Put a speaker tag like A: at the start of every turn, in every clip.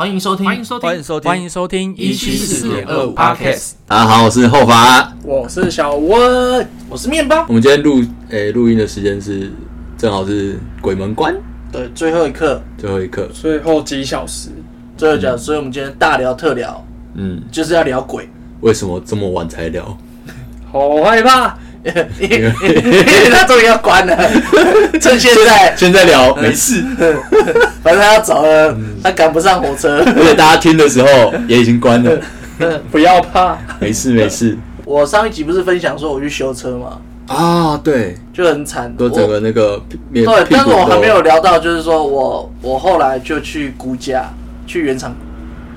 A: 欢迎收听，
B: 欢迎收听，
C: 欢迎收听，
B: 欢迎收听
A: 174.25
B: Podcast。
C: 大家好，我是后法。
A: 我是小温，我是面包。
C: 我们今天录诶录音的时间是正好是鬼门关
A: 对，最后一刻，
C: 最后一刻，
D: 最后几小时，
A: 最后讲，所以我们今天大聊特聊，
C: 嗯，
A: 就是要聊鬼，
C: 为什么这么晚才聊？
D: 好害怕，
A: 因为他终于要关 了，趁现在，
C: 现在聊 没事，
A: 反正他要走了，
C: 嗯
A: 他赶不上火车。
C: 而且大家听的时候也已经关 了，
D: 不要怕，
C: 没事没事
A: 我上一集不是分享说我去修车嘛，
C: 啊，对，
A: 就很惨，
C: 都整
A: 我
C: 个那个面
A: 对，
C: 屁
A: 但
C: 股
A: 是我还
C: 都
A: 没有聊到，就是说我我后来就去估价，去原厂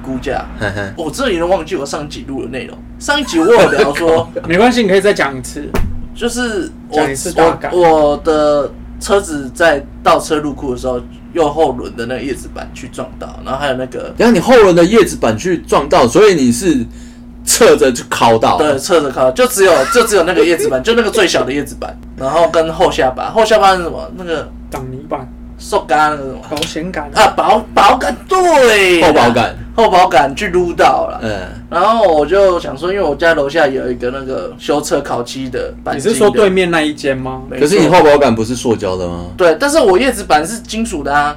A: 估价。
C: 嘿嘿
A: 我真的有点忘记我上一集录的内容。上一集我有聊说，
D: 没关系，你可以再讲一次。
A: 就是我
D: 讲一次大概
A: 我我的车子在倒车入库的时候，右后轮的那个叶子板去撞到，然后还有那个
C: 然后你后轮的叶子板去撞到，所以你是侧着去敲
D: 哦
C: 到，
A: 对，侧着靠，就只有就只有那个叶子板，就那个最小的叶子板，然后跟后下巴，后下巴是什么？那个
D: 挡泥板，
A: 受干那个什么
D: 保险杆
A: 啊，保保杆对啦，
C: 后保杆
A: 后保杆去撸到了。
C: 嗯，
A: 然后我就想说，因为我家楼下有一个那个修车烤漆的钣金的，
D: 你是说对面那一间吗？
A: 没错？
C: 可是你后保杆不是塑胶的吗？
A: 对，但是我叶子板是金属的啊，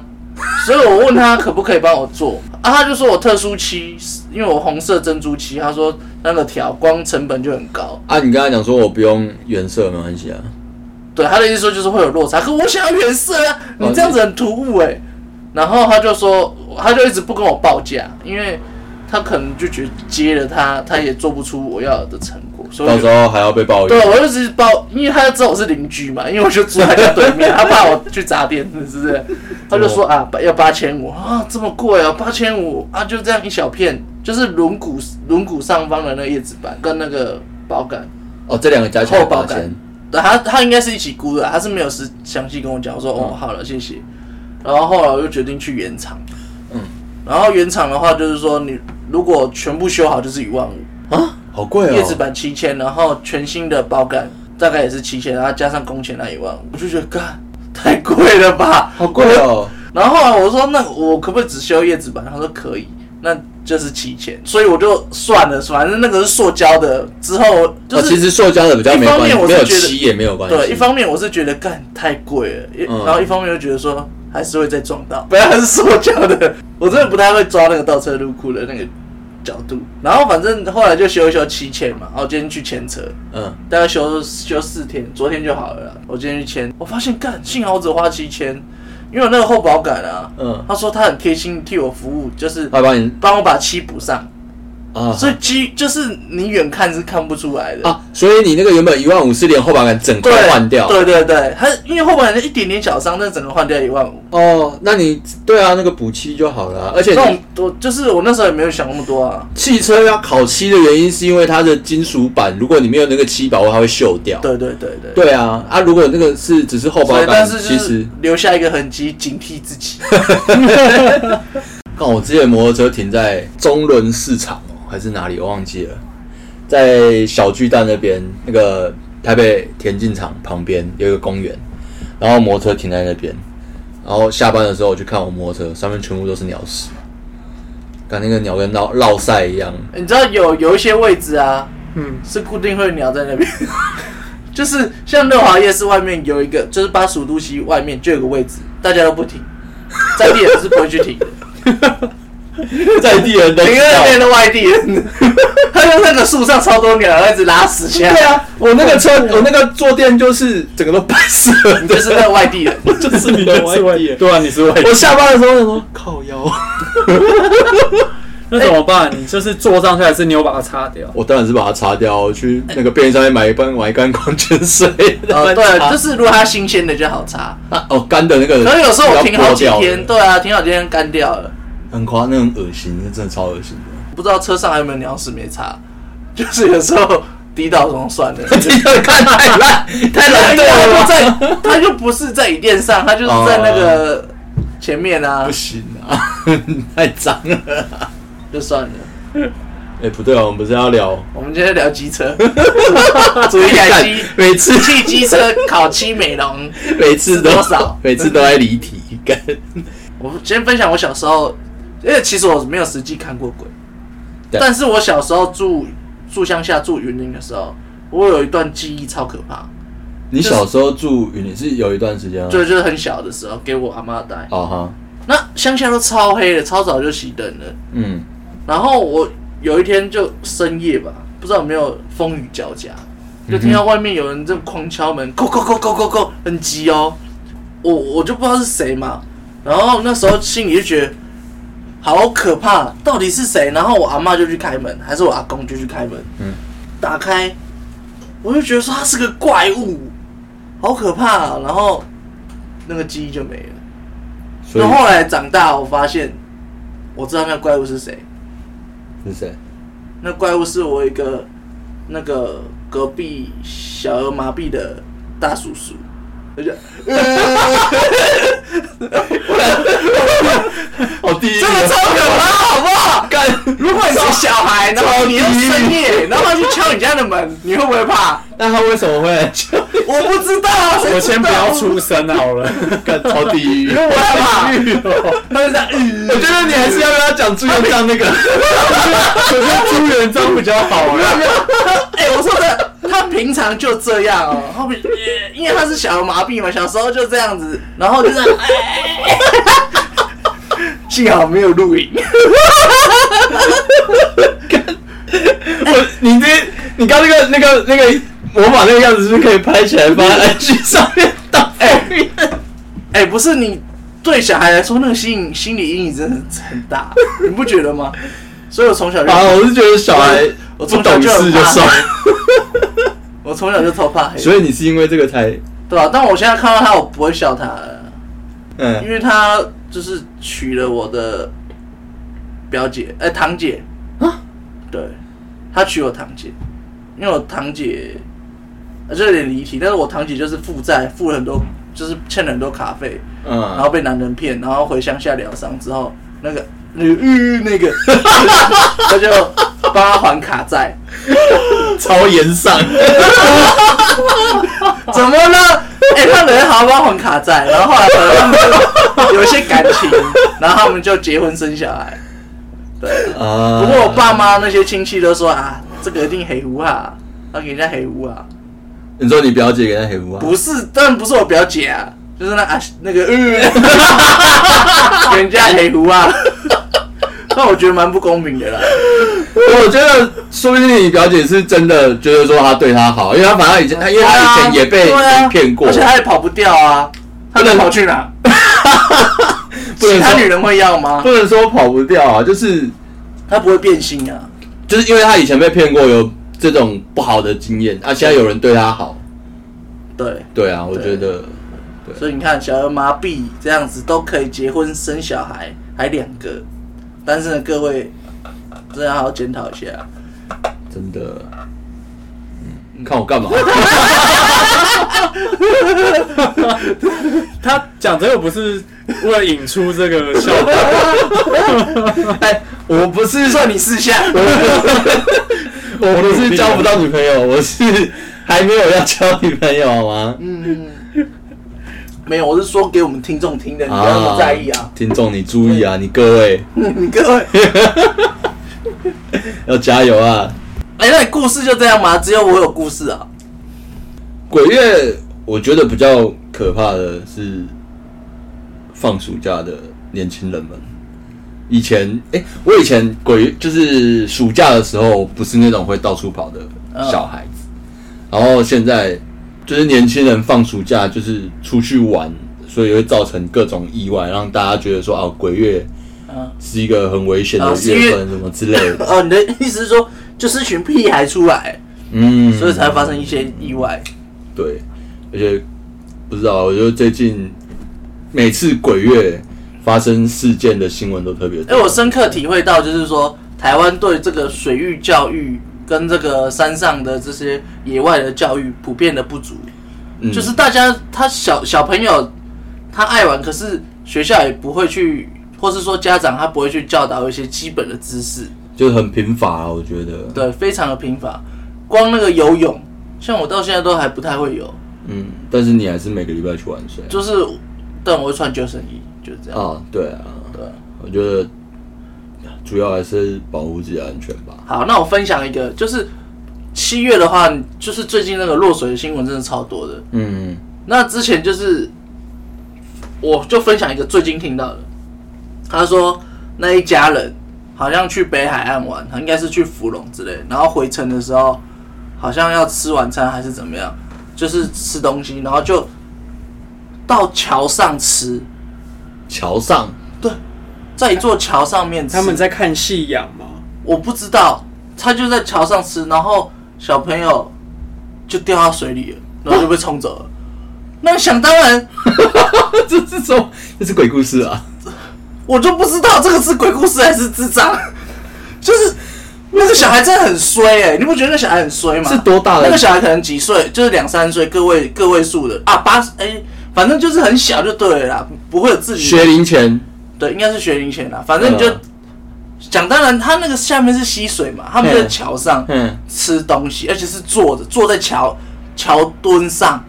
A: 所以我问他可不可以帮我做啊，他就说我特殊漆，因为我红色珍珠漆，他说那个条光成本就很高。
C: 啊，你刚才讲说我不用原色没关系啊，
A: 对，他的意思说就是会有落差，可我想要原色啊，你这样子很突兀哎、然后他就说，他就一直不跟我报价，因为他可能就觉得接了他，他也做不出我要的成果，所以我
C: 到
A: 就
C: 时候还要被抱
A: 对，
C: 怨。
A: 我就只是包，因为他就知道我是邻居嘛，因为我就住在他对面，他怕我去砸店，是不是？他就说啊，要八千五啊，这么贵哦，八千五啊，就这样一小片，就是轮毂轮毂上方的那个叶子板跟那个保杆，
C: 哦，这两个加起来
A: 后保
C: 八千
A: 杆对他他应该是一起估的啊，他是没有是详细跟我讲，我说哦好了，谢谢。然后后来我就决定去原厂，
C: 嗯，
A: 然后原厂的话就是说你如果全部修好就是一万五，
C: 啊，好贵哦，
A: 叶子板七千，然后全新的包杆大概也是七千，然后加上工钱那一万，我就觉得干太贵了吧。
C: 好贵哦，
A: 然后后来我说那我可不可以只修叶子板？他说可以，那就是七千，所以我就算了，反正那个是塑胶的，之后就
C: 哦
A: 是、
C: 其实塑胶的比较没
A: 一方
C: 关系，
A: 面我
C: 没
A: 是
C: 有
A: 觉得
C: 漆也没有关系。
A: 对，一方面我是觉得干太贵了，一
C: 嗯
A: 然后一方面又觉得说还是会再撞到，本来它是塑胶的，我真的不太会抓那个倒车入库的那个角度。然后反正后来就修一修七千嘛，然后今天去牵车，
C: 嗯，
A: 大概休休四天，昨天就好了啦。我今天去签，我发现干，幸好我只花七千，因为我那个厚保感啊，
C: 嗯
A: 他说他很贴心替我服务，就是
C: 他帮你
A: 帮我把漆补上，
C: 啊，
A: 所以漆就是你远看是看不出来的。
C: 啊，所以你那个原本一万五是连后保杆整
A: 对
C: 块换掉。
A: 对对对，他因为后保感一点点小伤，但整个换掉一万五。
C: 哦，那你对啊，那个补漆就好了啊、而且
A: 那种
C: 你
A: 我就是我那时候也没有想那么多啊。
C: 汽车要烤漆的原因是因为它的金属板，如果你没有那个漆保护，它会锈掉。
A: 对对对对。
C: 对啊，啊，如果那个是只是后保
A: 所以，
C: 杆，
A: 但是就
C: 其
A: 是
C: 实
A: 留下一个痕迹，警惕自己。
C: 看我之前摩托车停在中仑市场哦，还是哪里，我忘记了，在小巨蛋那边那个台北田径场旁边有一个公园，然后摩托车停在那边，然后下班的时候我去看我摩托车，上面全部都是鸟屎，感那个鸟跟绕绕赛一样，
A: 你知道有有一些位置啊，
D: 嗯，
A: 是固定会鸟在那边， 就是像乐华夜市外面有一个，就是八十五度 C 外面就有个位置，大家都不停，在地人是不会去 停的，
C: 在地人都
A: 停
C: 知
A: 在那边
C: 道。
A: 的外地人， 他就那个树上超多鸟，然后一直拉屎下来，
C: 对啊，我那 个车，我那个坐垫就是整个都白色
A: 你
C: 的，
A: 就是那个外地人，
C: 就是你
D: 的外 地人
C: 对啊，你是外地人。我下班的时候 想说靠腰，
D: 那怎么办？你就是坐上去，还是你有把它擦掉？
C: 我当然是把它擦掉，我去那个便利商店买一罐买一罐矿泉水。
A: 呃，对，就是是如果它新鲜的就好擦，
C: 哦干的那个，
A: 可是有时候我停好几
C: 要剥
A: 天，
C: 掉的，
A: 对啊，停好几天干掉了，
C: 很夸那种恶心，那真的超恶心的。
A: 不知道车上还有没有鸟屎没擦，就是有时候 滴到总算了。
C: 你的看太烂， 太
A: 啊他
C: 烂
A: 就
C: 对啊
A: 他就
C: 了，
A: 在，他就不是在椅垫上，他就是在那个前面啊
C: 哦不，行啊， 太脏了。
A: 就算了。
C: 哎，不对哦，我们不是要聊
A: 我们今天聊机 车，主义改机，
C: 每次
A: 汽机车烤漆美容。
C: 每次都
A: 多少
C: 每次都在离题，干
A: 我先分享我小时候因为其实我没有实际看过鬼，
C: 对
A: 但是我小时候住住乡下住云林的时候，我有一段记忆超可怕，
C: 你小时候住云林是有一段时间啊？
A: 就就是很小的时候给我阿妈带，
C: 啊哈，
A: 那乡下都超黑的，超早就熄灯了。
C: 嗯，
A: 然后我有一天就深夜吧，不知道有没有风雨交加，就听到外面有人在狂敲门，叩叩叩叩叩叩，很急哦。我我就不知道是谁嘛，然后那时候心里就觉得好可怕，到底是谁？然后我阿妈就去开门，还是我阿公就去开门？
C: 嗯
A: 打开，我就觉得说他是个怪物，好可怕、啊。然后那个记忆就没了。
C: 所以
A: 然后后来长大，我发现我知道那个怪物是谁。
C: 是谁？
A: 那怪物是我一个那个隔壁小儿麻痹的大叔叔，我就
C: 哦，第一
A: 这个超可怕，好不好？
C: 干，
A: 如果你是小孩，然后你又深夜，然后他去敲你家的门，你会不会怕？
C: 那他为什么会
A: 我不知道啊，谁知道
D: 我先不要出，声好了。
C: 干超 地狱？
A: 我害怕。
C: 我
A: 他就这样，嗯
C: 觉得你还是要不要讲朱元璋那 个？我觉得朱元璋比较好啊。
A: 哎、我说的，他平常就这样哦，后面也因为他是小儿麻痹嘛，小时候就这样子，然后就这样，哎哎哎幸好没有录影。
C: 我你这你刚那个那个那个模仿那个样子是不是可以拍起来发在 IG 上面当封面？
A: 哎、不是你对小孩来说，那个心心理阴影真的很 大，你不觉得吗？所以我从小就，
C: 啊，我是觉得小孩
A: 我
C: 不
A: 从小
C: 懂
A: 就
C: 事
A: 很
C: 就
A: 怕
C: 算，
A: 黑，我从小就偷怕黑，
C: 所以你是因为这个才
A: 对吧、但我现在看到他，我不会笑他了，因
C: 嗯
A: 为他就是娶了我的表姐，哎、堂姐，
C: 啊
A: 对，他娶我堂姐，因为我堂姐，呃这有点离题，但是我堂姐就是负债，付了很多，就是欠了很多卡费，然后
C: 嗯，
A: 被男人骗，然后回乡下疗伤之后，那个那个、呃、那个，他就帮他还卡债，
C: 超严上，
A: 怎么了？哎、他人好好帮他还卡债，然后后来可能他们就有一些感情，然后他们就结婚生小孩。对，
C: 啊
A: 不过我爸妈那些亲戚都说啊，这个一定黑屋啊，他给人家黑屋啊，
C: 你说你表姐给他黑屋啊？
A: 不是，当然不是我表姐啊，就是那啊那个呃，给人家黑屋啊，那我觉得蛮不公平的啦。
C: 我觉得说不定你表姐是真的觉得说他对他好，因为他反正以前他因为他以前也被
A: 对啊
C: 骗过
A: 而，且他也跑不掉啊，他能跑去哪？
C: 不
A: 其
C: 能
A: 他女
C: 说
A: 人会要吗
C: 不？能说跑不掉啊，就是
A: 他不会变心啊。
C: 就是因为他以前被骗过有这种不好的经验，啊，现在有人对他好，
A: 对，
C: 对啊，我觉得
A: 所以你看，小儿麻痹这样子都可以结婚生小孩，还两个，但是呢，各位真的要好好检讨一下。
C: 真的，嗯，看我 干嘛？
D: 他讲这个不是为了引出这个效果，
C: 哎，我不是
A: 算 你四下，
C: 我不是交不到女朋友，我是还没有要交女朋友好吗？
A: 嗯，没有，我是说给我们听众听的，你不要那么在意啊。
C: 听众你注意啊，你各位
A: 你各位，
C: 要加油啊！
A: 哎、那你故事就这样吗？只有我有故事啊。
C: 鬼月我觉得比较可怕的是放暑假的年轻人们。以前，哎、我以前鬼就是暑假的时候，不是那种会到处跑的小孩子。然后现在就是年轻人放暑假就是出去玩，所以会造成各种意外，让大家觉得说啊，鬼月
A: 嗯，
C: 是一个很危险的
A: 啊是因为
C: 月份，什么之类的。
A: 哦，你的意思是说，就是一群屁孩出来，
C: 嗯，
A: 所以才发生一些意外。
C: 对，而且不知道，我觉得最近每次鬼月发生事件的新闻都特别
A: 哎、
C: 多。
A: 我深刻体会到，就是说台湾对这个水域教育跟这个山上的这些野外的教育普遍的不足，
C: 嗯
A: 就是大家他小小朋友他爱玩，可是学校也不会去，或是说家长他不会去教导一些基本的知识，
C: 就是很贫乏啊，我觉得。
A: 对，非常的贫乏。光那个游泳，像我到现在都还不太会游，
C: 嗯，但是你还是每个礼拜去玩水啊哦
A: 就是但我会穿救生衣，就是这样。
C: 啊？对啊，
A: 对，
C: 我觉得主要还是保护自己的安全吧。
A: 好，那我分享一个，就是七月的话，就是最近那个落水的新闻真的超多的。
C: 嗯，
A: 那之前就是，我就分享一个最近听到的，他说那一家人好像去北海岸玩，应该是去福隆之类，然后回程的时候好像要吃晚餐还是怎么样，就是吃东西，然后就到桥上吃，
C: 桥上
A: 对，在一座桥上面吃，
D: 他们在看戏养吗？
A: 我不知道，他就在桥上吃，然后小朋友就掉到水里了，然后就被冲走了。那想当然，
C: 这这种这是鬼故事啊！
A: 我就不知道这个是鬼故事还是智障， 就是那个小孩真的很衰哎、你不觉得那小孩很衰吗？
C: 是多大的
A: 那个小孩可能几岁，就是两三岁，个位个位数的啊，八哎、反正就是很小就对了啦，不会有自理
C: 学龄前
A: 对，应该是学龄前啦，反正你就
C: 嗯
A: 想、当然，他那个下面是溪水嘛，他们在
C: 嗯
A: 桥上，
C: 嗯
A: 吃东西，而且是坐着，坐在桥桥墩上，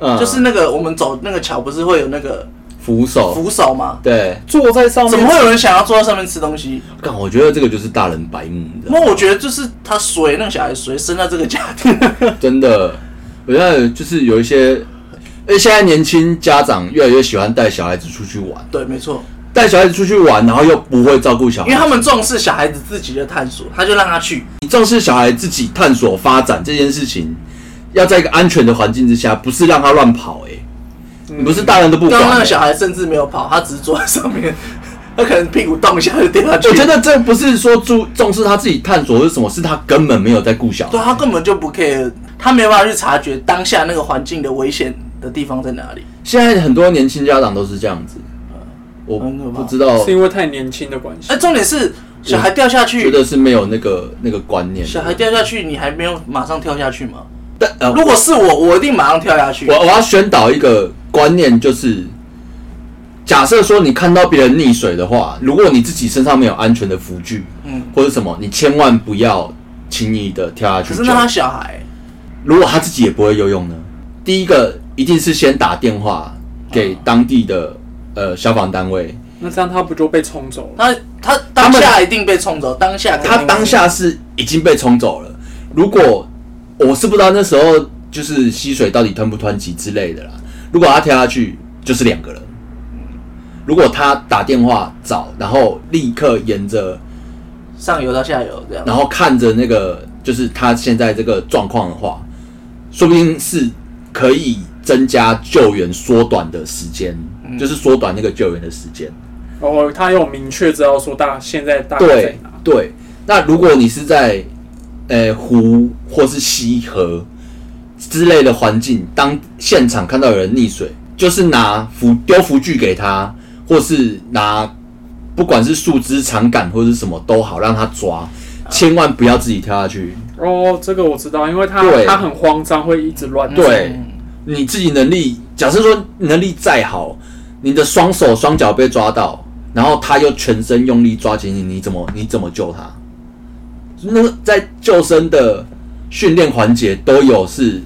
C: 嗯，
A: 就是那个我们走那个桥不是会有那个
C: 扶手，
A: 扶手吗？
C: 对。
D: 坐在上面
A: 怎么会有人想要坐在上面吃东西？
C: 干，我觉得这个就是大人白目，你知道吗
A: 那我觉得就是他随那个小孩随生在这个家 庭，
C: 真的，我觉得就是有一些，因为现在年轻家长越来越喜欢带小孩子出去玩，
A: 对，没错，
C: 带小孩子出去玩，然后又不会照顾小孩，
A: 因为他们重视小孩子自己的探索，他就让他去。
C: 重视小孩自己探索发展这件事情，要在一个安全的环境之下，不是让他乱跑、欸，你不是大人都不管、
A: 刚刚那个
C: 欸
A: 嗯小孩甚至没有跑，他只是坐在上面， 他可能屁股动一下就掉下去。
C: 我觉得这不是说注重视他自己探索是什么，是他根本没有在顾小
A: 对啊
C: 孩。
A: 他根本就不 care，他没有办法去察觉当下那个环境的危险的地方在哪里。
C: 现在很多年轻家长都是这样子，我
A: 很可怕
C: 不知道，
D: 是因为太年轻的关系
A: 哎，。
C: 呃
A: 重点是小孩掉下去，
C: 觉得是没有那个那个观念。
A: 小孩掉下去，你还没有马上跳下去吗？
C: 但呃，
A: 如果是我，我一定马上跳下去
C: 我。我要宣导一个观念，就是假设说你看到别人溺水的话，如果你自己身上没有安全的浮具，
A: 嗯
C: 嗯，或者什么，你千万不要轻易的跳下去
A: 可
C: 救。
A: 是那他小孩，
C: 如果他自己也不会游泳呢？第一个一定是先打电话给当地的呃消防单位，
D: 那这样他不就被冲走了？
A: 他他当下一定被冲走，当下
C: 他当下是已经被冲走了。如果我是不知道那时候就是溪水到底湍不湍急之类的啦。如果他跳下去，就是两个人。如果他打电话找，然后立刻沿着，
A: 上游到下游这样
C: 然。后看着那个就是他现在这个状况的话，说不定是可以增加救援缩短的时间，就是缩短那个救援的时间。
D: 哦，他有明确知道说大现在大概在
C: 对
D: 哪？
C: 对，那如果你是在呃湖或是溪河之类的环境，当现场看到有人溺水，就是拿浮丢浮具给他，或是拿不管是树枝、长杆或是什么都好，让他抓，
D: 啊
C: 千万不要自己跳下去。
D: 哦，这个我知道，因为他
C: 对
D: 他很慌张，会一直乱
C: 对
A: 嗯
C: 你自己能力，假设说你能力再好，你的双手双脚被抓到，然后他又全身用力抓紧你，你怎么你怎么救他？那个在救生的训练环节都有是，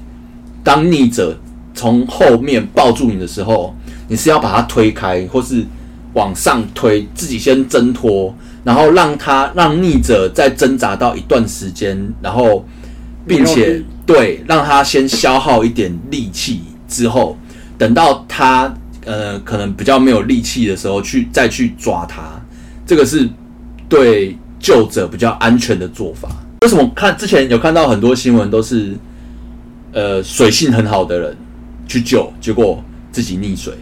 C: 当溺者从后面抱住你的时候，你是要把他推开，或是往上推，自己先挣脱，然后让他让溺者再挣扎到一段时间，然后并
D: 没有
C: 且
D: 力
C: 对让他先消耗一点力气之后，等到他呃可能比较没有力气的时候去再去抓他，这个是对救者比较安全的做法。为什么看之前有看到很多新闻都是，呃，水性很好的人去救，结果自己溺水。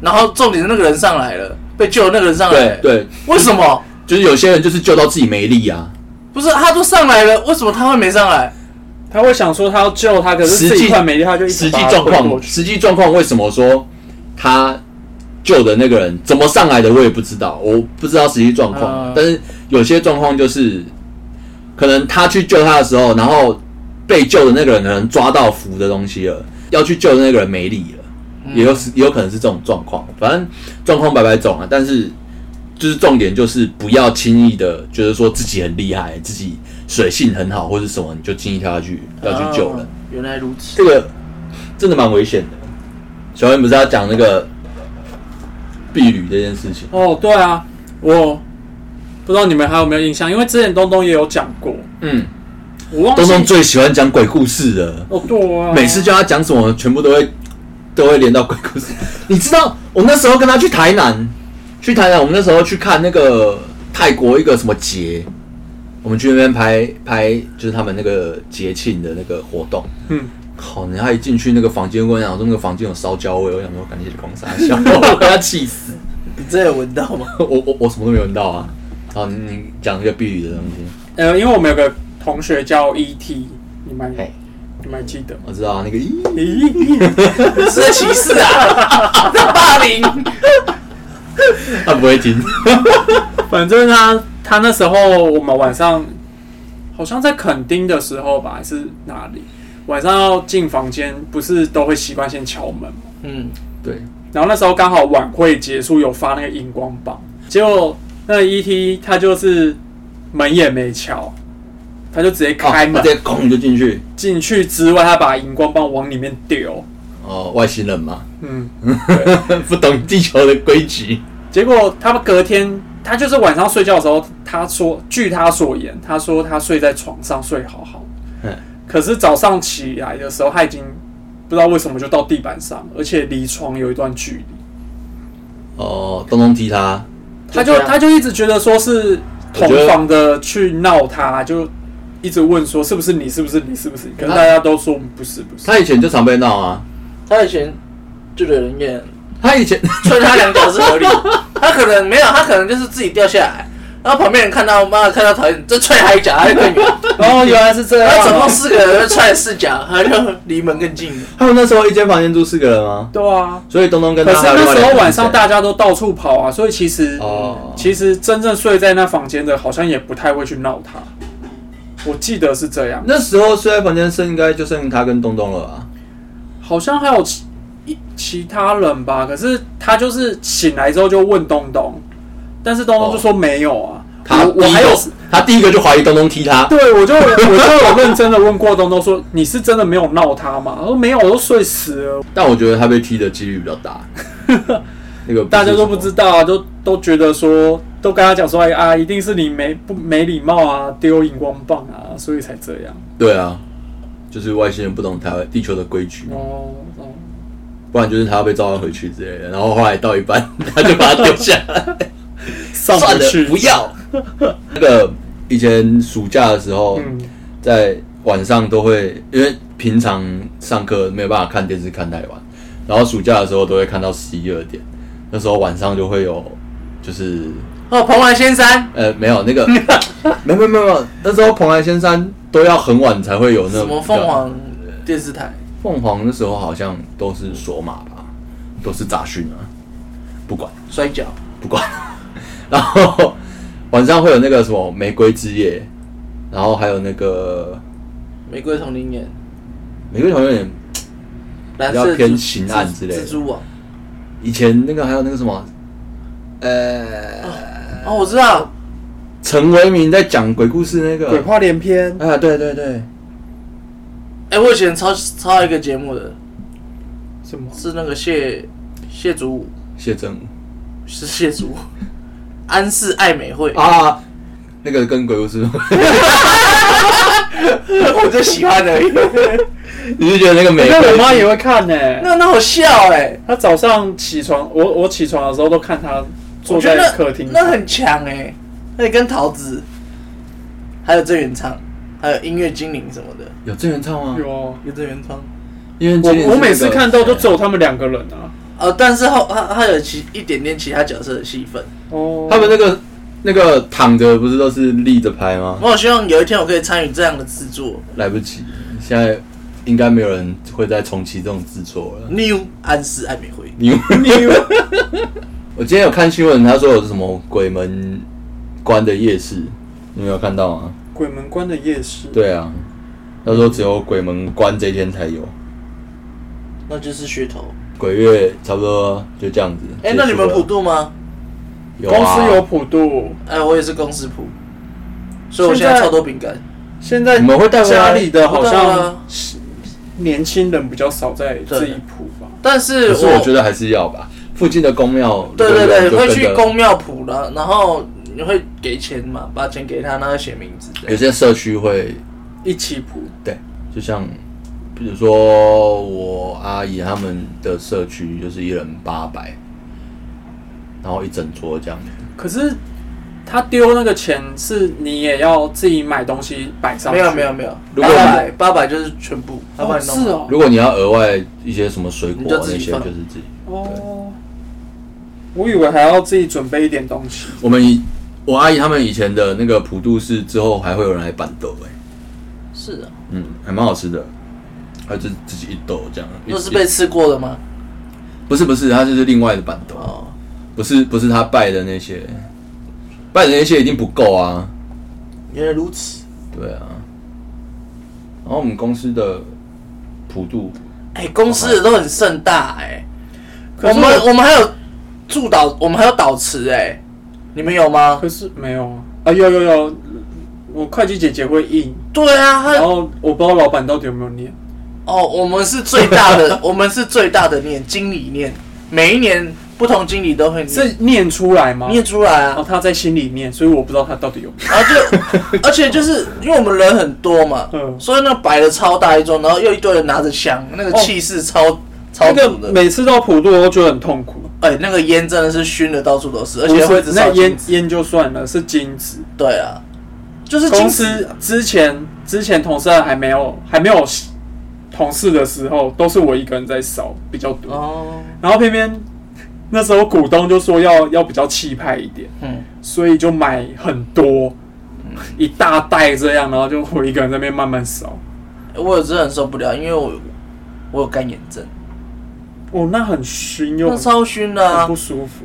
A: 然后重点是那个人上来了，被救的那个人上来了。，
C: 对对，
A: 为什么？
C: 就是有些人就是救到自己没力啊，
A: 不是他都上来了，为什么他会没上来？
D: 他会想说他要救他，可是
C: 实
D: 自己
C: 际
D: 快没力，他就一直
C: 实际
D: 把他
C: 状
D: 推过
C: 况，
D: 去
C: 实际状况为什么说他救的那个人怎么上来的，我也不知道，我不知道实际状况。
D: 啊
A: 嗯
C: 但是有些状况就是，可能他去救他的时候，然后被救的那个人可能抓到浮的东西了，要去救的那个人没力了，
D: 嗯
C: 也有也有可能是这种状况。反正状况百百种啊，但是就是重点就是不要轻易的觉得说自己很厉害，自己水性很好或是什么，你就轻易跳下去要
D: 啊
C: 去救人。
A: 哦原来如此。
C: 这个真的蛮危险的。小恩不是要讲那个避旅这件事情？
D: 哦，对啊，我不知道你们还有没有印象？因为之前东东也有讲过，
C: 嗯，
D: 我忘记
C: 东东最喜欢讲鬼故事了，
D: 哦，对啊，
C: 每次叫他讲什么，全部都会都会连到鬼故事。你知道，我那时候跟他去台南，去台南，我们那时候去看那个泰国一个什么节，我们去那边拍拍，就是他们那个节庆的那个活动。
D: 嗯，
C: 靠！你他一进去那个房间，跟我讲说那个房间有烧焦味，我想说赶紧去公司啊笑，我被他气死。
A: 你真的有闻到吗？
C: 我我我什么都没闻到啊！好，你你讲一个避雨的东西，
D: 呃，因为我们有个同学叫 ET，你们
C: 嘿
D: 你们还记得吗？
C: 我知道啊，那个咦，
D: 咦，
A: 你是在歧视啊，在霸凌。
C: 他不 会听。
D: 反正他他那时候我们晚上好像在垦丁的时候吧，还是哪里，晚上要进房间，不是都会习惯先敲门吗？
A: 嗯，
C: 对，
D: 然后那时候刚好晚会结束，有发那个荧光棒，结果那个 ET 他就是门也没敲，他就直接开
C: 哦
D: 门
C: 直接拱就进去。
D: 进、去之外，他把荧光棒往里面丢，
C: 哦，外星人嘛，
D: 嗯，
C: 不懂地球的规矩。
D: 结果他们隔天，他就是晚上睡觉的时候，他说，据他所言，他说他睡在床上睡好好
C: 嗯，
D: 可是早上起来的时候，他已经不知道为什么就到地板上，而且离床有一段距离。
C: 哦，东东踢他，
D: 他
A: 就
D: 就
A: 这样
D: 他就一直觉得说是同房的去闹他，就一直问说是不是你，是不是你，是不是你？可是
C: 他
D: 大家都说不是，不是。
C: 他以前就常被闹啊。
A: 他以前就惹人 厌，
C: 他以前
A: 踹他两脚是合理的。他可能没有，他可能就是自己掉下来，然后旁边人看到，妈的看到讨厌，再踹他一脚，他就更 远。
D: 哦，原来是这
A: 他总共四个人，踹了四脚，他就离门更近 了。
C: 他们那时候一间房间住四个人吗？
D: 对啊。
C: 所以东东跟
D: 可
C: 他
D: 是
C: 还有另
D: 那
C: 外
D: 时
C: 两
D: 候
C: 个
D: 晚上
C: 女生
D: 大家都到处跑啊，所以其实、
C: 哦
D: 其实真正睡在那房间的，好像也不太会去闹他。我记得是这样，
C: 那时候睡在房间剩应该就剩他跟东东了吧？
D: 好像还有其一其他人吧。可是他就是醒来之后就问东东，但是东东就说没有啊。
C: 他
D: 我我还有
C: 第一个他第一个就怀疑东东踢他，
D: 对，我就我就有认真的问过东东说：“你是真的没有闹他吗？”他说：“没有，我都睡死了。
C: 但我觉得他被踢的几率比较 大。那个”
D: 大家都不
C: 道。
D: 知道啊，都都觉得说，都跟他讲说：“哎啊，一定是你没不没礼貌啊，丢荧光棒啊，所以才这样。
C: 对啊，就是外星人不懂台湾地球的规矩”，
A: 嗯
D: 哦哦，
C: 不然就是他被召唤回去之类的。然后后来到一半， 他就把它丢下 来，
D: 上
C: 算
D: 不
C: 了
D: 去，，
C: 不。要。那个以前暑假的时候，
D: 嗯，
C: 在晚上都会，因为平常上课没有办法看电视看太晚，然后暑假的时候都会看到十一二点，那时候晚上就会有，就是
A: 哦，蓬莱仙山
C: 呃没有那个，没有没有没有没有，那时候蓬莱仙山都要很晚才会有
A: 什
C: 那种
A: 么
C: 比较
A: 凤凰电视台，
C: 凤凰那时候好像都是索马吧，都是杂讯啊，不管
A: 摔跤，
C: 不管。然后晚上会有那个什么玫瑰之夜，然后还有那个
A: 玫瑰同龄眼，
C: 玫瑰同有点，
A: 蓝
C: 比较
A: 色的
C: 偏
A: 蜘
C: 刑案之类的
A: 蜘蛛网。
C: 以前那个还有那个什么，呃，
A: 哦，我知道，
C: 陈为民在讲鬼故事那
D: 鬼
C: 个，
D: 话连篇。
C: 啊，对对对，
A: 哎、我以前超超爱一个节目的，
D: 什么？
A: 是那个谢谢祖武，
C: 谢震武
A: 是谢祖武，安室爱美惠，
C: 啊，那个跟鬼故事，
A: 我就喜欢而已。
C: 你是觉得那个玫
D: 那我妈
C: 瑰？
D: 也会看呢、
A: 那那好笑哎、
D: 她早上起床，我我起床的时候都看她坐
A: 我觉得
D: 在
A: 那
D: 客厅。
A: 那很强哎、欸，那你跟桃子，还有郑元畅，还有音乐精灵什么的，
C: 有郑元畅吗？
D: 有哦。
A: 有郑元畅。
C: 因为
D: 我我每次看到都只有他们两个人啊。
A: 呃，但是后他他有其一点点其他角色的戏份。
D: 哦，
C: 他们那个那个躺着不是都是立着拍吗？
A: 我好希望有一天我可以参与这样的制作。
C: 来不及，现在应该没有人会再重启这种制作了。
A: New 安室爱美惠，
C: 你你， 我今天有看新闻，他说有什么鬼门关的夜市，你没有看到吗？
D: 鬼门关的夜市。
C: 对啊，他说只有鬼门关这一天才有，
A: 那就是噱头。
C: 鬼月差不多就这样子。
A: 哎、那你们普渡吗？
C: 有
D: 公
C: 啊
D: 司有，普渡，
A: 哎、我也是公司普，所以我现在
D: 现在
A: 超多饼干。
D: 现在
C: 你们会带回来
D: 家里的好
A: 我带回来啊
D: 像是年轻人比较少在自己普吧。
A: 但是我
C: 可是我觉得还是要吧。附近的公庙，
A: 哦对对对，
C: 就
A: 会
C: 跟着
A: 去公庙普了，然后你会给钱嘛？把钱给他，让他写名字这
C: 有
A: 样。
C: 些社区会
D: 一起谱，
C: 对，就像比如说我阿姨他们的社区就是一人八百，然后一整桌这样。
D: 可是他丢那个钱是你也要自己买东西摆上去，
A: 没有没有没有，
C: 如
A: 八
C: 果
A: 百八百就是全部，他
D: 哦，
A: 帮你弄
D: 是
A: 好。
D: 哦，
C: 如果你要额外一些什么水果啊
A: 你就
C: 那
A: 自己
C: 些，
A: 放
C: 就是自己。
D: 哦，我以为还要自己准备一点东西，
C: 我们以我阿姨他们以前的那个普渡是之后还会有人来板豆哎、
A: 是啊，
C: 嗯，还蛮好吃的，还是自己一斗这样。
A: 那是
C: 一
A: 被吃过的吗？
C: 不是不是，它就是另外的板豆，
A: 哦，
C: 不是不是他拜的那些，拜的那些已经不够啊。
A: 原来如此。
C: 对啊，然后我们公司的普渡，
A: 哎，公司的都很盛大哎、
D: 可
A: 我
D: 是
A: 们我们还有驻导，我们还有导词哎、你们有吗？
D: 可是没有啊，啊有有有，我会计姐姐会印，
A: 对啊，他
D: 然后我不知道老板到底有没有念，
A: 哦，我们是最大的， 我们是最大的念经理念，每一年不同经理都会念，
D: 是念出来吗？
A: 念出来
D: 然后
A: 啊，
D: 他在心里念，所以我不知道他到底有没有。
A: 然后 就，而且就是因为我们人很多嘛，
D: 嗯
A: 所以那摆了超大一桌，然后又一堆人拿着香，那个
D: 哦
A: 气势超、超
D: 那个
A: 足的，
D: 每次到普渡我都觉得很痛苦，
A: 哎、那个烟真的是熏的到处都是，而
D: 不
A: 且会一
D: 是
A: 直
D: 那
A: 烧
D: 烟
A: 金子
D: 烟就算了，是金子。
A: 对啊，就是
D: 公
A: 金
D: 司
A: 子，
D: 之前之前同事还没有还没有同事的时候，都是我一个人在烧比较多。
A: 哦，
D: 然后偏偏那时候股东就说要要比较气派一点，
A: 嗯，
D: 所以就买很多，一大袋这样，然后就我一个人在那边慢慢烧。
A: 嗯我有真的很受不了，因为我我有干眼症，
D: 哦，那很熏又
A: 那
D: 很
A: 超熏的啊
D: 很不，舒服。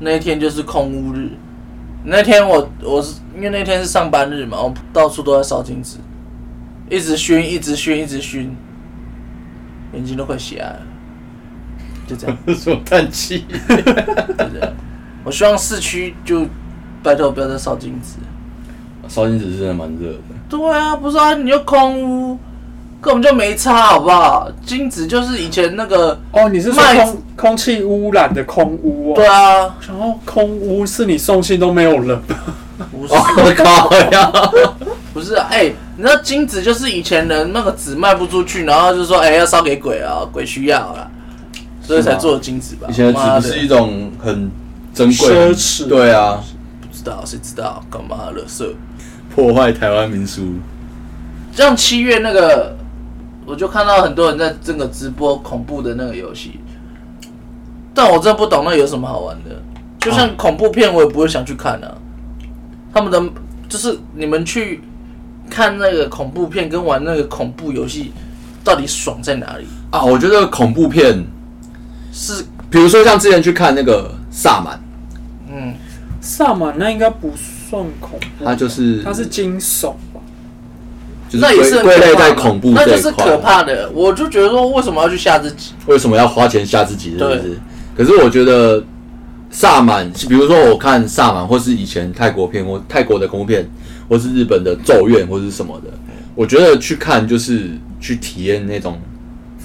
A: 那一天就是空屋日。那天我我是因为那天是上班日嘛，我到处都在烧金纸，一直熏，一直熏，一直熏，眼睛都快瞎了。就这样，
C: 什么叹气？
A: 就这样。我希望市区就拜托不要再烧金纸。
C: 烧金纸是真的蛮 热的，
A: 对啊，不是啊，你就空屋，根本就没差，好不好？金纸就是以前那个，
D: 哦，你是说
A: 麦
D: 空空气污染的空污哦？
A: 对啊，
D: 然后空污是你送信都没有人吧？
A: 不是
C: 我、靠呀！
A: 不是啊，哎、你知道金子就是以前人那个纸卖不出去，然后就说哎、要烧给鬼啊，鬼需要啊，所以才做的金子吧。
C: 以前的纸
A: 妈
C: 不是一种很珍贵、
D: 奢侈
C: 对啊，
A: 不知道谁知道干嘛惹色？
C: 破坏台湾民俗。
A: 像七月那个，我就看到很多人在这个直播恐怖的那个游戏，但我真的不懂那有什么好玩的。就像恐怖片，我也不会想去看啊。他们的就是你们去看那个恐怖片跟玩那个恐怖游戏，到底爽在哪里？
C: 啊，我觉得恐怖片，
A: 是
C: 比如说像之前去看那个《萨满
A: 嗯，
D: 萨满那应该不算恐怖，
C: 它就是
D: 它是惊悚吧？》，
C: 就是
A: 那也是
C: 归
A: 很
C: 归类
A: 可怕
C: 在
A: 的
C: 恐怖
A: 那
C: 这
A: 就
C: 一
A: 是
C: 块。
A: 可怕的。我就觉得说，为什么要去吓自己？
C: 为什么要花钱吓自己？是不
A: 对
C: 是？可是我觉得萨满，比如说我看萨满，或是以前泰国片或泰国的恐怖片，或是日本的咒怨或是什么的，我觉得去看就是去体验那种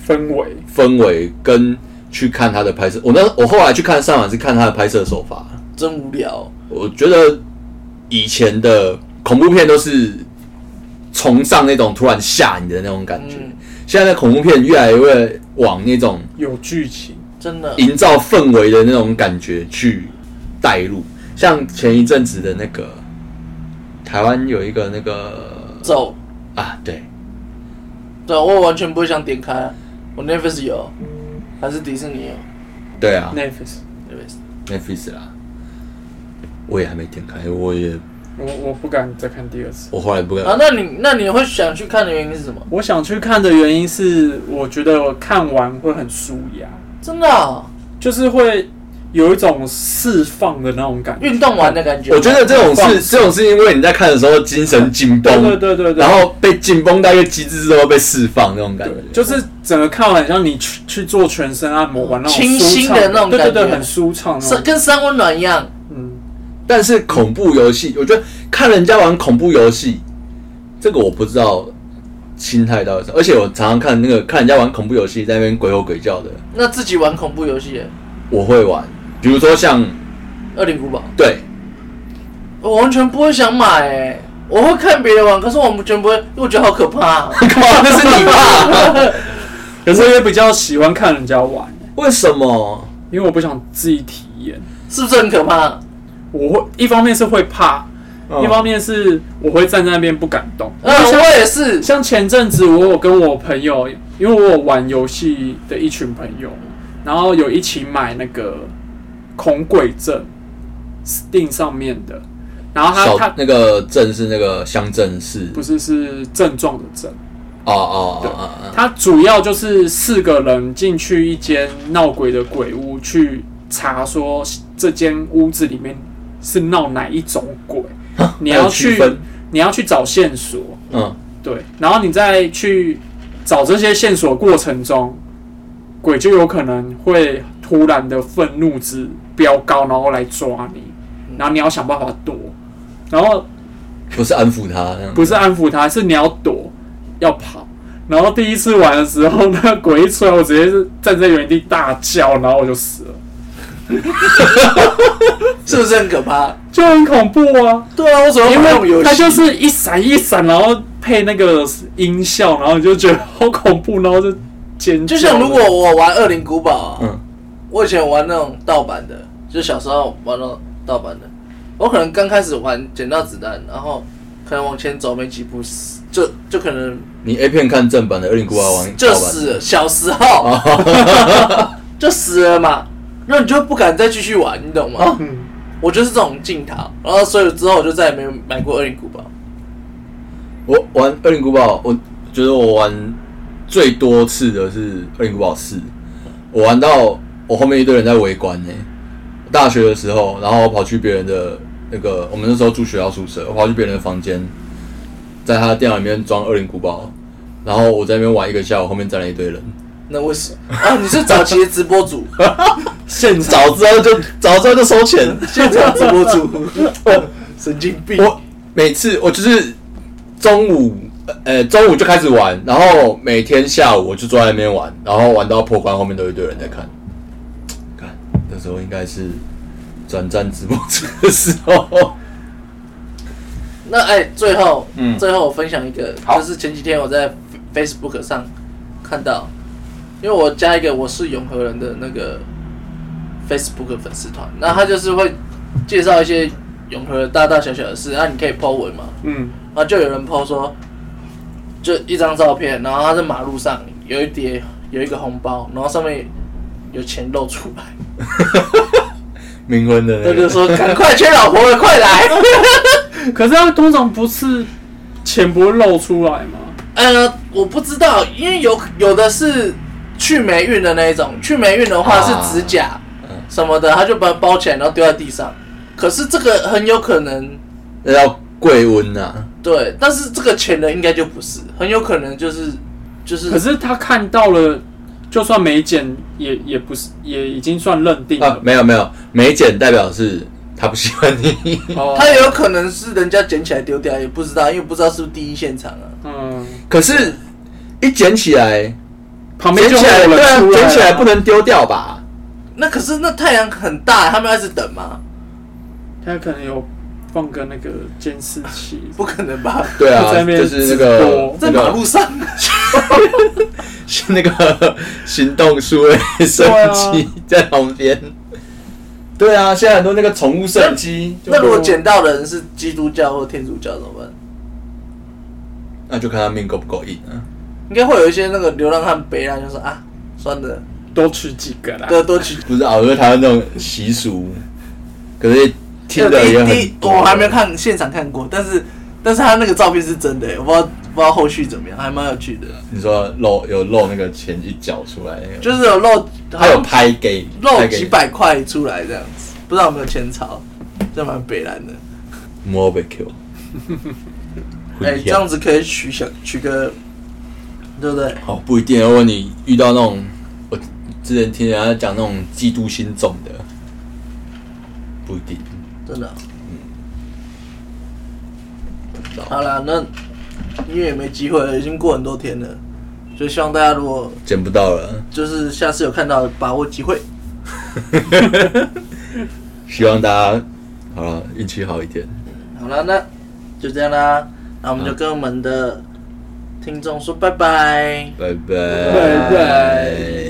D: 氛围
C: 氛围，跟去看他的拍摄。我那我后来去看萨满是看他的拍摄手法，
A: 真无聊。
C: 我觉得以前的恐怖片都是崇尚那种突然吓你的那种感觉，
A: 嗯，
C: 现在的恐怖片越来越往那种。
D: 有剧情，
A: 真的。
C: 营造氛围的那种感觉去带入。像前一阵子的那个台湾有一个那个
A: 走，
C: 啊，对，
A: 对我完全不会想点开啊。我 Netflix 有，还是迪士尼有
C: 对啊
D: n e t f l i
A: ？Netflix
C: ，Netflix 啦，我也还没点开，我也
D: 我我不敢再看第二次。
C: 我后来不敢
A: 啊，那你那你会想去看的原因是什么？
D: 我想去看的原因是，我觉得我看完会很舒压，
A: 真的啊
D: 就是会有一种释放的那种感觉。
A: 运动完的感觉。
C: 我觉得这种
D: 啊放
C: 是这种是因为你在看的时候精神紧绷，
D: 对对对对对
C: 然后被紧绷到一个极致之后被释放那种感觉，
D: 就是整个看完很像你去去做全身按摩完那种
A: 清
D: 舒
A: 新
D: 畅
A: 的那种
D: 对对
A: 感
D: 对，
A: 觉
D: 很舒畅那
A: 是
D: 种。
A: 跟三温暖一样，
D: 嗯，
C: 但是恐怖游戏，我觉得看人家玩恐怖游戏，这个我不知道心态到底是。而且我常常看那个看人家玩恐怖游戏，在那边鬼吼鬼叫的，
A: 那自己玩恐怖游戏耶，
C: 我会玩。比如说像
A: 《恶灵古堡》
C: 对，
A: 《我完全不会想买、欸，我会看别人玩，可是我完全不会，因为我觉得好可 怕、啊
C: 干嘛？那是你吧？
D: 可是我也比较喜欢看人家玩，
C: 为什么？
D: 因为我不想自己体验。
A: 是不是很可怕？啊
D: 我会一方面是会怕，哦一方面是我会站在那边不敢动。
A: 嗯，我也是，
D: 像前阵子我有跟我朋友，因为我有玩游戏的一群朋友，然后有一起买那个恐鬼阵，Steam 上面的，然后他
C: 小
D: 他
C: 那个镇是那个乡镇市，
D: 不是是症状的症，
C: 哦哦哦哦哦，
D: 它主要就是四个人进去一间闹鬼的鬼屋去查，说这间屋子里面是闹哪一种鬼，你
C: 啊还
D: 要
C: 有区
D: 去
C: 分
D: 你要去找线索，
C: 嗯，
D: 对，然后你再去找这些线索过程中，鬼就有可能会突然的愤怒值飙高，然后来抓你，然后你要想办法躲，然后
C: 不是安抚他，这嗯样
D: 不是安抚他，是你要躲，要跑。然后第一次玩的时候，那个鬼一出来，我直接是站在原地大叫，然后我就死了，
A: 是不是很可怕？
D: 就很恐怖啊！
A: 对啊，我怎么会
D: 因
A: 玩那种游
D: 为
A: 戏？
D: 它就是一闪一闪，然后配那个音效，然后你就觉得好恐怖，然后就尖叫。
A: 就像如果我玩《恶灵古堡》啊，
C: 嗯
A: 我以前玩那种盗版的，就小时候玩那种盗版的，我可能刚开始玩捡到子弹，然后可能往前走没几步死，就就可能
C: 你 A 片看正版的，二零古玩玩
A: 就
C: 盗版
A: 死了。小时候
C: 哦
A: 就死了嘛，那你就不敢再继续玩，你懂
C: 哦
A: 吗？
D: 嗯，
A: 我就是这种镜头，然后所以之后我就再也没有买过《恶灵古堡》。
C: 我玩二零古堡，我觉得我玩最多次的是二零古堡四，我玩到我后面一堆人在围观呢、大学的时候，然后我跑去别人的那个，我们那时候住学校宿舍，我跑去别人的房间，在他的电脑里面装二零古堡，然后我在那边玩一个下午，后面站了一堆人。
A: 那为什么？啊，你是早期的直播主，
D: 现场
C: 早知道就早知道就收钱，
A: 现场直播主， 神经病！
C: 我每次我就是中午，呃，中午就开始玩，然后每天下午我就坐在那边玩，然后玩到破关，后面都一堆人在看。看，那时候应该是转战直播组的时候。
A: 那哎、最后，
C: 嗯
A: 最后我分享一个，
C: 好
A: 就是前几天我在 Fa- Facebook 上看到，因为我加一个我是永和人的那个 Facebook 粉丝团，那他就是会介绍一些永和大大小小的事，那你可以 po 文嘛，
D: 嗯，
A: 然后就有人 po 说，就一张照片，然后他在马路上有一叠有一个红包，然后上面有钱露出来，
C: 冥婚的那
A: 他就
C: 个，
A: 说赶快 缺老婆了，快来！
D: 可是它通常不是钱不会露出来吗？
A: 呃，我不知道，因为有有的是去霉运的那一种，去霉运的话
C: 啊
A: 是指甲
C: 嗯
A: 什么的，他就把它包起来，然后丢在地上。可是这个很有可能
C: 那叫贵温啊呐。
A: 对，但是这个钱的应该就不是，很有可能就是就是
D: 可是他看到了，就算没剪，也也不是，也已经算认定
C: 啊
D: 了，。
C: 没有没有，美检代表是他不喜欢 你。
D: 哦
A: 他也有可能是人家捡起来丢掉，也不知道，因为不知道是不是第一现场啊。
D: 嗯，
C: 可是，一捡起来，
D: 旁边
C: 捡
D: 就会
C: 起来，
D: 有
C: 对
D: 人
C: 啊
D: 出，来，
C: 捡起来不，能丢掉吧？
A: 那可是那太阳很大，他们要一直等吗？
D: 他可能有放个那个监视器，
A: 不可能吧，
C: 对啊，
D: 在那边
C: 就是那
D: 直
C: 个
D: 播
A: 在
C: 那个
A: 马路上。
C: 是那个行动数位摄影机
A: 啊
C: 在旁边。对啊，现在很多那个宠物摄影机，
A: 那如果捡到的人是基督教或天主教怎么办？
C: 那就看他命够不够硬啊。
A: 应该会有一些那个流浪汉北兰，就说啊，算了，
D: 多取几个啦。
A: 多多去。
C: 不是啊，我说台湾这种习俗，可是听的也
A: 呃第一
C: 很
A: 第一我还没有看现场看过，但是但是他那个照片是真的、我不知道不知道后续怎么样，还蛮有趣的。
C: 你说露有露那个钱一角出来那个，
A: 就是有露，
C: 他有拍给
A: 露
C: 拍给
A: 几百块出来这样子，不知道有没有钱潮，这蛮北兰的。
C: 摸被 Q。
A: 哎、这样子可以取小取个，对不对？
C: 哦，不一定。如果你遇到那种，我之前听人家讲那种嫉妒心重的，不一定。
A: 真的。好啦，那因为也没机会了，已经过很多天了，就希望大家如果
C: 捡不到了，
A: 就是下次有看到，把握机会。
C: 希望大家好了，运气好一点。
A: 好了，那就这样啦，那我们就跟我们的听众说拜拜。
C: 拜拜，
D: 拜拜。